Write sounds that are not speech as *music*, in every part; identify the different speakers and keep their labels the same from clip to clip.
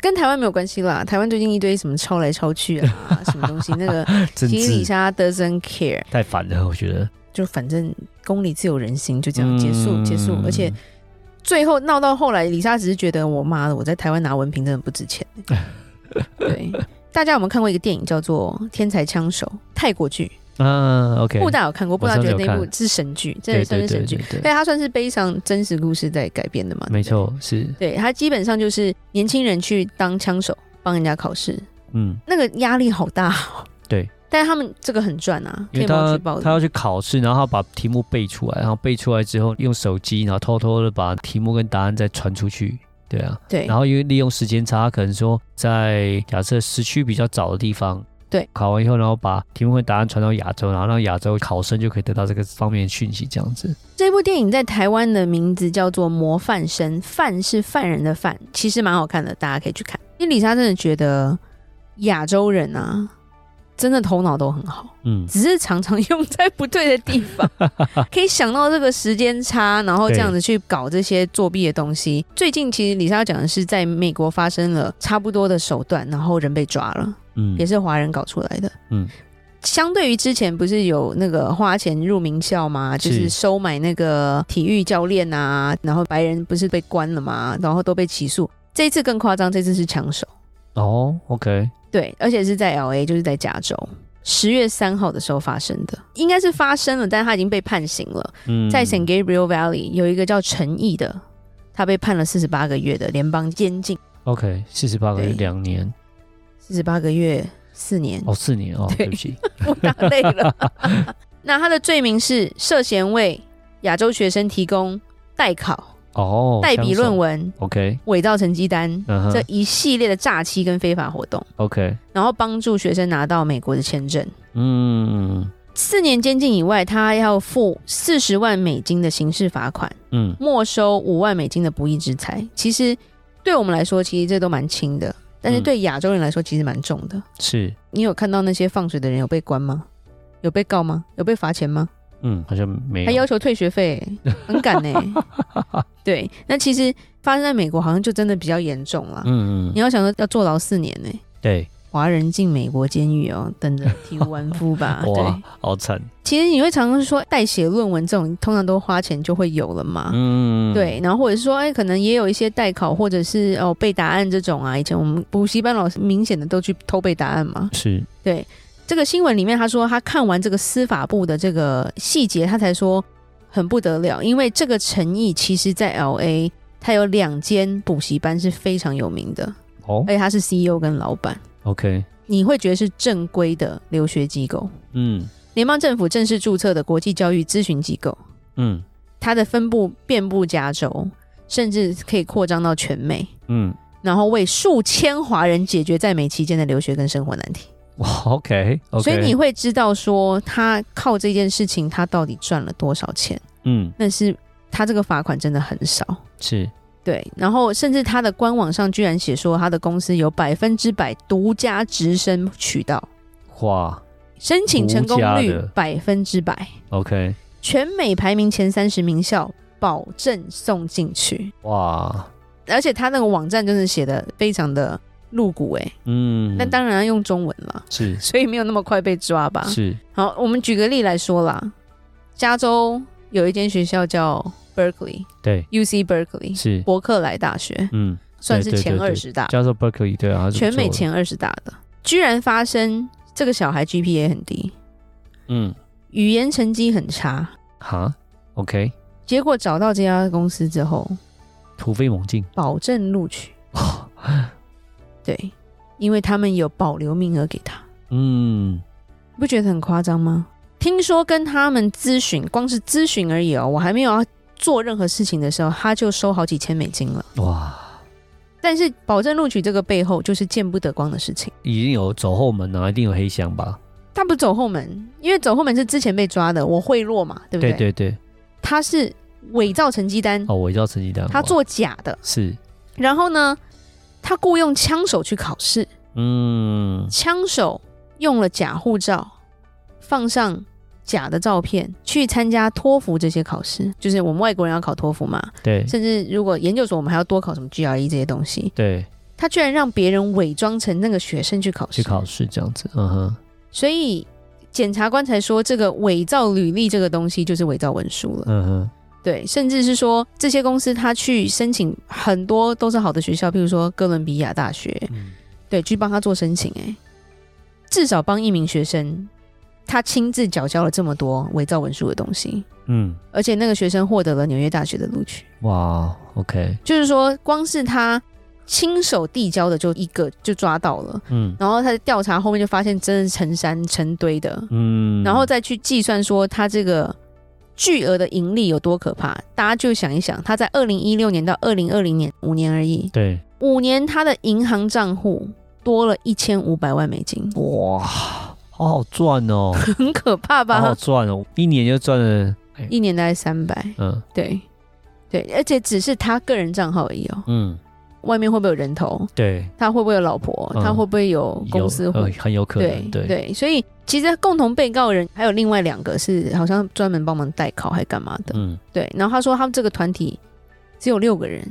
Speaker 1: 跟台湾没有关系啦。台湾最近一堆什么抄来抄去
Speaker 2: *laughs*
Speaker 1: 啊，什么东西，那个
Speaker 2: 政
Speaker 1: 其实李
Speaker 2: 治
Speaker 1: 莎 doesn't care，
Speaker 2: 太烦了，我觉得。
Speaker 1: 就反正公理自有人心，就这样结束、
Speaker 2: 嗯
Speaker 1: 结束。而且最后闹到后来，李莎只是觉得我妈的，我在台湾拿文凭真的不值
Speaker 2: *laughs*
Speaker 1: 钱。对，大家有没有看过一个电影叫做《天才枪手》泰国剧？
Speaker 2: 啊，OK，
Speaker 1: 布大有看过，布大
Speaker 2: 上次
Speaker 1: 觉得
Speaker 2: 有
Speaker 1: 那部
Speaker 2: 看
Speaker 1: 是神剧，真
Speaker 2: 对
Speaker 1: 的算
Speaker 2: 对
Speaker 1: 是神
Speaker 2: 对
Speaker 1: 剧
Speaker 2: 对。对，
Speaker 1: 对，它算是悲伤真实故事在改编的嘛？
Speaker 2: 没
Speaker 1: 对不
Speaker 2: 错，是
Speaker 1: 对。对，它基本上就是年轻人去当枪手，帮人家考试，
Speaker 2: 嗯，
Speaker 1: 那个压力好大、哦。
Speaker 2: 对，
Speaker 1: 但是他们这个很赚啊，
Speaker 2: 因
Speaker 1: 可以
Speaker 2: 为
Speaker 1: 帮
Speaker 2: 他
Speaker 1: 举报
Speaker 2: 他
Speaker 1: 的。
Speaker 2: 要去考试，然后他把题目背出来，然后背出来之后用手机，然后偷偷的把题目跟答案再传出去，对啊，
Speaker 1: 对
Speaker 2: 然，后因为利用时间差，他可能说在假设时区比较早的地方，
Speaker 1: 对，
Speaker 2: 考完以后，然后把题目跟答案传到亚洲，然后让亚洲考生就可以得到这个方面的讯息，这样子。
Speaker 1: 这部电影在台湾的名字叫做《模范生》，范是犯人的犯，其实蛮好看的，大家可以去看。因为李莎真的觉得亚洲人啊，真的头脑都很好，
Speaker 2: 嗯，
Speaker 1: 只是常常用在不对的地方，可以想到这个时间差，然后这样子去搞这些作弊的东西。最近其实李莎要讲的是，在美国发生了差不多的手段，然后人被抓了。
Speaker 2: 嗯
Speaker 1: 也是华人搞出来的。
Speaker 2: 嗯，
Speaker 1: 相对于之前不是有那个花钱入名校吗？
Speaker 2: 是
Speaker 1: 就是收买那个体育教练啊，然后白人不是被关了吗？然后都被起诉。这一次更夸张，这次是枪手，
Speaker 2: 哦，OK，
Speaker 1: 对，而且是在 L A，就是在加州。十月三号的时候发生的，应该是发生了，但是他已经被判刑了。
Speaker 2: 嗯，
Speaker 1: 在 San Gabriel Valley 有一个叫陈毅的，他被判了四十八个月的联邦监禁，
Speaker 2: OK 四十八个月
Speaker 1: 对
Speaker 2: 两年
Speaker 1: 四十八个月四年。
Speaker 2: 哦四年哦，
Speaker 1: 对
Speaker 2: 对不
Speaker 1: *laughs*
Speaker 2: 起，
Speaker 1: 我打累了。 *laughs* 那他的罪名是涉嫌为亚洲学生提供代考、
Speaker 2: 哦
Speaker 1: 代笔论文、
Speaker 2: ，OK，
Speaker 1: 伪造成绩单、
Speaker 2: 嗯
Speaker 1: 这
Speaker 2: 哼
Speaker 1: 一系列的诈欺跟非法活动，
Speaker 2: ，OK，
Speaker 1: 然后帮助学生拿到美国的签证。
Speaker 2: 嗯
Speaker 1: 四年监禁以外，他要付四十万美金的刑事罚款，
Speaker 2: 嗯，
Speaker 1: 没收五万美金的不义之财。其实对我们来说，其实这都蛮轻的，但是
Speaker 2: 嗯
Speaker 1: 对亚洲人来说，其实蛮重的。
Speaker 2: 是，
Speaker 1: 你有看到那些放水的人有被关吗？有被告吗？有被罚钱吗？
Speaker 2: 嗯，好像没
Speaker 1: 还
Speaker 2: 有
Speaker 1: 要，求退
Speaker 2: *laughs*
Speaker 1: 学费，很敢呢、对，那其实发生在美国好像就真的比较严重啦。
Speaker 2: 嗯嗯，
Speaker 1: 你要想说要坐牢四年呢、
Speaker 2: 对，
Speaker 1: 华人进美国监狱哦，等着体
Speaker 2: *laughs*
Speaker 1: 无完肤吧。
Speaker 2: 哇
Speaker 1: 啊对，，
Speaker 2: 好惨，
Speaker 1: 其实你会常常说代写论文这种，通常都花钱就会有了嘛。
Speaker 2: 嗯，
Speaker 1: 啊对，然后或者是说，哎，可能也有一些代考，或者是哦背答案这种啊。以前我们补习班老师明显的都去偷背答案嘛。
Speaker 2: 是，
Speaker 1: 对，这个新闻里面他说他看完这个司法部的这个细节，他才说很不得了，因为这个诚意其实在 L A，他有两间补习班是非常有名的，
Speaker 2: 哦
Speaker 1: 而且他是 CEO 跟老板，
Speaker 2: ，OK，
Speaker 1: 你会觉得是正规的留学机构，
Speaker 2: 嗯
Speaker 1: 联邦政府正式注册的国际教育咨询机构，
Speaker 2: 嗯
Speaker 1: 它的分布遍布加州，甚至可以扩张到全美。
Speaker 2: 嗯，
Speaker 1: 然后为数千华人解决在美期间的留学跟生活难题。
Speaker 2: 哇，OK，OK，
Speaker 1: 所以你会知道说他靠这件事情他到底赚了多少钱，
Speaker 2: 嗯
Speaker 1: 但是他这个罚款真的很少。
Speaker 2: 是，
Speaker 1: 对，然后甚至他的官网上居然写说他的公司有百分之百独家直升渠道，
Speaker 2: 哇
Speaker 1: 申请成功
Speaker 2: 独家
Speaker 1: 率
Speaker 2: 的
Speaker 1: 百分之百，
Speaker 2: ，OK，
Speaker 1: 全美排名前三十名校保证送进去，
Speaker 2: 哇，
Speaker 1: 而且他那个网站真的写的非常的露骨哎、
Speaker 2: 嗯，
Speaker 1: 那、当然啊要用中文了，
Speaker 2: 是
Speaker 1: 所以没有那么快被抓吧？
Speaker 2: 是，
Speaker 1: 好，我们举个例来说啦，加州有一间学校叫 Berkeley，UC
Speaker 2: 对，
Speaker 1: Berkeley，
Speaker 2: 是，
Speaker 1: 伯克莱大学，
Speaker 2: 嗯，
Speaker 1: 算是
Speaker 2: 对对
Speaker 1: 前
Speaker 2: 对
Speaker 1: 二十大，
Speaker 2: 加州 Berkeley 对啊，还是不
Speaker 1: 全美
Speaker 2: 错的，
Speaker 1: 前二十大的，居然发生这个小孩 GPA 很低，
Speaker 2: 嗯，
Speaker 1: 语言成绩很差，
Speaker 2: 哈，OK，
Speaker 1: 结果找到这家公司之后，
Speaker 2: 突飞猛进， *laughs*
Speaker 1: 保证录取，对，因为他们有保留名额给他，
Speaker 2: 嗯，
Speaker 1: 你不觉得很夸张吗？听说跟他们咨询，光是咨询而已哦，我还没有要做任何事情的时候，他就收好几千美金了。
Speaker 2: 哇，
Speaker 1: 但是保证录取这个背后就是见不得光的事情，
Speaker 2: 一定有走后门啊，一定有黑箱吧？
Speaker 1: 他不是走后门，因为走后门是之前被抓的，我贿赂嘛，对不
Speaker 2: 对
Speaker 1: 对？
Speaker 2: 对对，
Speaker 1: 他是伪造成绩单，
Speaker 2: 哦，伪造成绩单，
Speaker 1: 他
Speaker 2: 哇
Speaker 1: 做假的。
Speaker 2: 是，
Speaker 1: 然后呢，他雇佣枪手去考试，
Speaker 2: 嗯，
Speaker 1: 枪手用了假护照，放上假的照片去参加托福这些考试，就是我们外国人要考托福嘛，
Speaker 2: 对
Speaker 1: 甚至如果研究所我们还要多考什么 GRE 这些东西，
Speaker 2: 对，
Speaker 1: 他居然让别人伪装成那个学生去考试，
Speaker 2: 去考试这样子，嗯哼，
Speaker 1: 所以检察官才说这个伪造履历这个东西就是伪造文书了。
Speaker 2: 嗯哼，
Speaker 1: 对，甚至是说这些公司他去申请很多都是好的学校，譬如说哥伦比亚大学，
Speaker 2: 嗯
Speaker 1: 对，去帮他做申请、哎，至少帮一名学生，他亲自缴交了这么多伪造文书的东西，
Speaker 2: 嗯，
Speaker 1: 而且那个学生获得了纽约大学的录取，
Speaker 2: 哇，OK，
Speaker 1: 就是说光是他亲手递交的就一个就抓到了，
Speaker 2: 嗯
Speaker 1: 然后他的调查后面就发现真的是成山成堆的，
Speaker 2: 嗯，
Speaker 1: 然后再去计算说他这个巨额的盈利有多可怕。大家就想一想，他在二零一六年到二零二零年五年而已，
Speaker 2: 对，
Speaker 1: 五年他的银行账户多了一千五百万美金，
Speaker 2: 哇，好好赚 *laughs* 哦，
Speaker 1: 很可怕
Speaker 2: 好好
Speaker 1: 吧？
Speaker 2: 赚哦，一年就赚了，哎
Speaker 1: 一年大概三百，
Speaker 2: 嗯
Speaker 1: 对对，而且只是他个人账号而已哦。
Speaker 2: 嗯，
Speaker 1: 外面会不会有人头？
Speaker 2: 对，
Speaker 1: 他会不会有老婆？
Speaker 2: 嗯
Speaker 1: 他会不会有公
Speaker 2: 有
Speaker 1: 司户
Speaker 2: 呃？很有可
Speaker 1: 对
Speaker 2: 能，对
Speaker 1: 对，所以其实共同被告人还有另外两个是好像专门帮忙代考还干嘛的，
Speaker 2: 嗯，
Speaker 1: 对，然后他说他们这个团体只有六个人，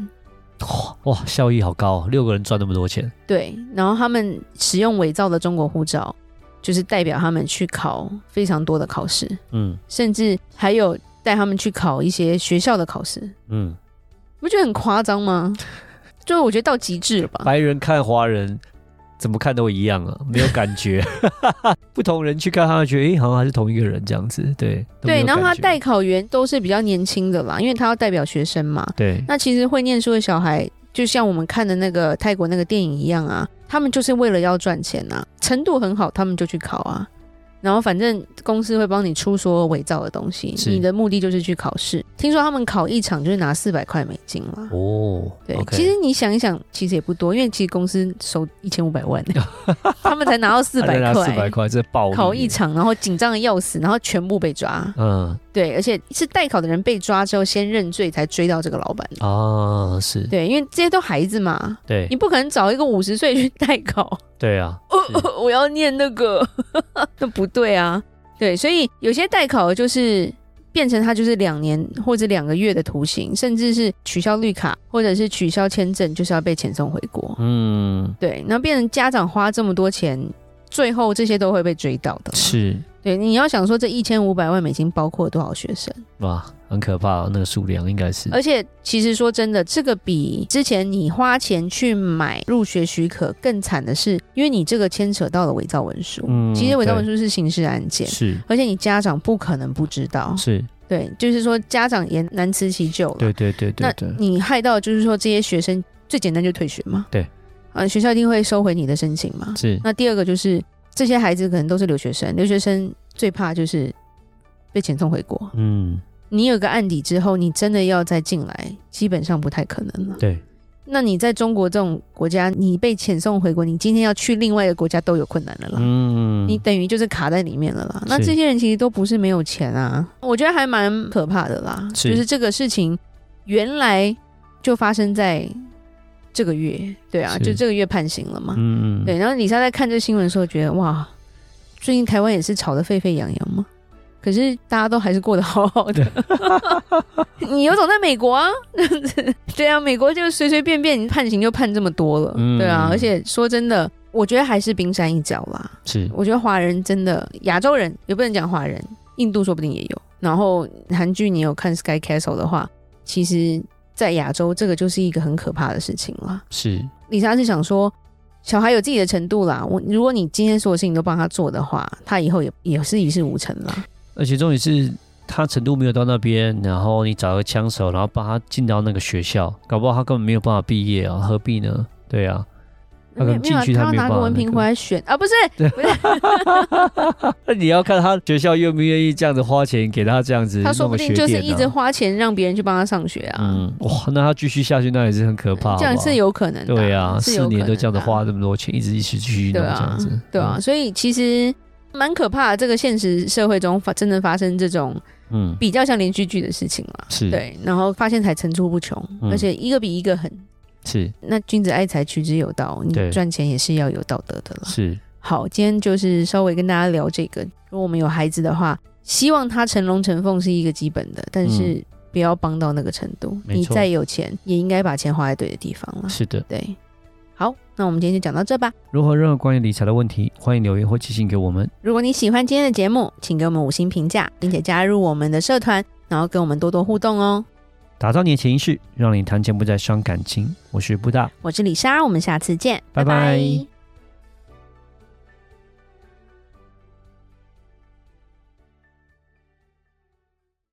Speaker 2: 哇，效益好高哦，六个人赚那么多钱，
Speaker 1: 对，然后他们使用伪造的中国护照，就是代表他们去考非常多的考试，
Speaker 2: 嗯
Speaker 1: 甚至还有带他们去考一些学校的考试，
Speaker 2: 嗯，
Speaker 1: 不觉得很夸张吗？就我觉得到极致了吧？
Speaker 2: 嗯白人看华人。怎么看都一样啊，没有感 *laughs* 觉。不同人去看，他们觉得，诶，好像还是同一个人这样子。对都没
Speaker 1: 对，
Speaker 2: 有
Speaker 1: 然后他
Speaker 2: 感觉
Speaker 1: 代考员都是比较年轻的啦，因为他要代表学生嘛。
Speaker 2: 对
Speaker 1: 那其实会念书的小孩，就像我们看的那个泰国那个电影一样啊，他们就是为了要赚钱呐、程度很好他们就去考啊，然后反正公司会帮你出所有伪造的东西，
Speaker 2: 是
Speaker 1: 你的目的就是去考试。听说他们考一场就是拿四百块美金啦。
Speaker 2: 哦，
Speaker 1: 对
Speaker 2: o k
Speaker 1: 其实你想一想，其实也不多，因为其实公司收一千五
Speaker 2: *laughs*
Speaker 1: 百万呢、他们才拿到四百
Speaker 2: 四百
Speaker 1: 块，
Speaker 2: 块，这暴利
Speaker 1: 考一，场，然后紧张的要死，然后全部被抓。
Speaker 2: 嗯
Speaker 1: 对，而且是代考的人被抓之后先认罪，才追到这个老板。
Speaker 2: 啊，是
Speaker 1: 对，因为这些都孩子嘛，
Speaker 2: 对
Speaker 1: 你不可能找一个五十岁去代考， *laughs*
Speaker 2: 对啊，
Speaker 1: 我要念那个， *laughs* 那不对啊。对，所以有些代考就是变成他就是两年或者两个月的徒刑，甚至是取消绿卡或者是取消签证，就是要被遣送回国。
Speaker 2: 嗯，
Speaker 1: 对，那变成家长花这么多钱，最后这些都会被追到的。
Speaker 2: 是
Speaker 1: 对，你要想说这一千五百万美金包括多少学生？
Speaker 2: 哇，很可怕，哦那个数量应该是
Speaker 1: 而且其实说真的，这个比之前你花钱去买入学许可更惨的是，因为你这个牵扯到了伪造文书。
Speaker 2: 嗯
Speaker 1: 其实伪造文书是刑事案件，
Speaker 2: 是
Speaker 1: 而且你哦家长不可能不知道。
Speaker 2: 是，
Speaker 1: 对，就是说家长也难辞其咎了。
Speaker 2: 对对对对对
Speaker 1: 那，你害到就是说这些学生最简单就退学嘛？
Speaker 2: 对，
Speaker 1: 呃，学校一定会收回你的申请嘛？
Speaker 2: 是
Speaker 1: 那第二个就是这些孩子可能都是留学生，留学生最怕就是被遣送回国。
Speaker 2: 嗯
Speaker 1: 你有个案底之后，你真的要再进来，基本上不太可能了。
Speaker 2: 对，
Speaker 1: 那你在中国这种国家，你被遣送回国，你今天要去另外一个国家都有困难了啦。
Speaker 2: 嗯
Speaker 1: 你等于就是卡在里面了啦。那
Speaker 2: 是
Speaker 1: 这些人其实都不是没有钱啊，我觉得还蛮可怕的啦。
Speaker 2: 是
Speaker 1: 就是这个事情原来就发生在这个月，对啊，
Speaker 2: 是
Speaker 1: 就这个月判刑了嘛。
Speaker 2: 嗯
Speaker 1: 对，然后李莎在看这新闻的时候，觉得哇，最近台湾也是吵得沸沸扬扬嘛，可是大家都还是过得好好的。 *laughs* 你有种在美国啊， *laughs* 对啊，美国就随随便便你判刑就判这么多了，
Speaker 2: 嗯
Speaker 1: 对啊，而且说真的，我觉得还是冰山一角啦。
Speaker 2: 是
Speaker 1: 我觉得华人真的，亚洲人也不能讲华人，印度说不定也有。然后韩剧你有看《Sky Castle》的话，其实，在亚洲这个就是一个很可怕的事情了。
Speaker 2: 是
Speaker 1: 李莎是想说，小孩有自己的程度啦。我如果你今天所有事情都帮他做的话，他以后也也是一事无成啦。
Speaker 2: 而且重点是他程度没有到那边，然后你找个枪手，然后帮他进到那个学校，搞不好他根本没有办法毕业啊，何必呢？对啊，他可能
Speaker 1: 没有啊
Speaker 2: 进去
Speaker 1: 他
Speaker 2: 他
Speaker 1: 要
Speaker 2: 没有办
Speaker 1: 拿
Speaker 2: 法
Speaker 1: 个文
Speaker 2: 那
Speaker 1: 凭
Speaker 2: 个
Speaker 1: 回来选啊，不是
Speaker 2: 那你要看他学校愿不愿意这样子花钱给他这样子弄
Speaker 1: 他
Speaker 2: 个
Speaker 1: 说不定就
Speaker 2: 学
Speaker 1: 是
Speaker 2: 店
Speaker 1: 一
Speaker 2: 啊
Speaker 1: 直花钱让别也是别人去帮他上学啊，
Speaker 2: 嗯，哇，那他继续下去，那也是很可怕。
Speaker 1: 这样
Speaker 2: 好不好
Speaker 1: 是有可能的啊。
Speaker 2: 对啊，
Speaker 1: 是
Speaker 2: 四
Speaker 1: 有可
Speaker 2: 年
Speaker 1: 能
Speaker 2: 都这样子
Speaker 1: 的啊
Speaker 2: 花这么多钱，一直一直继续弄
Speaker 1: 对
Speaker 2: 这样
Speaker 1: 啊
Speaker 2: 子，，嗯
Speaker 1: 对啊，，所以其实蛮可怕的。这个现实社会中发真的发生这种
Speaker 2: 嗯，
Speaker 1: 比较像连续剧的事情了，
Speaker 2: 是
Speaker 1: 对，然后发现才层出不穷，
Speaker 2: 嗯
Speaker 1: 而且一个比一个狠。
Speaker 2: 是
Speaker 1: 那君子爱财，取之有道，你
Speaker 2: 对
Speaker 1: 赚钱也是要有道德的了。
Speaker 2: 是，
Speaker 1: 好，今天就是稍微跟大家聊这个。如果我们有孩子的话，希望他成龙成凤是一个基本的，但是不要帮到那个程度。
Speaker 2: 嗯没
Speaker 1: 你
Speaker 2: 错
Speaker 1: 再有钱，也应该把钱花在对的地方了。
Speaker 2: 是的。
Speaker 1: 对，好，那我们今天就讲到这吧。
Speaker 2: 如何任何关于理财的问题，欢迎留言或寄信给我们。
Speaker 1: 如果你喜欢今天的节目，请给我们五星评价，并且加入我们的社团，然后跟我们多多互动哦。
Speaker 2: 打造你的潜意识，让你谈钱不再伤感情。我是布大。
Speaker 1: 我是李莎，我们下次见，
Speaker 2: 拜拜
Speaker 1: 拜拜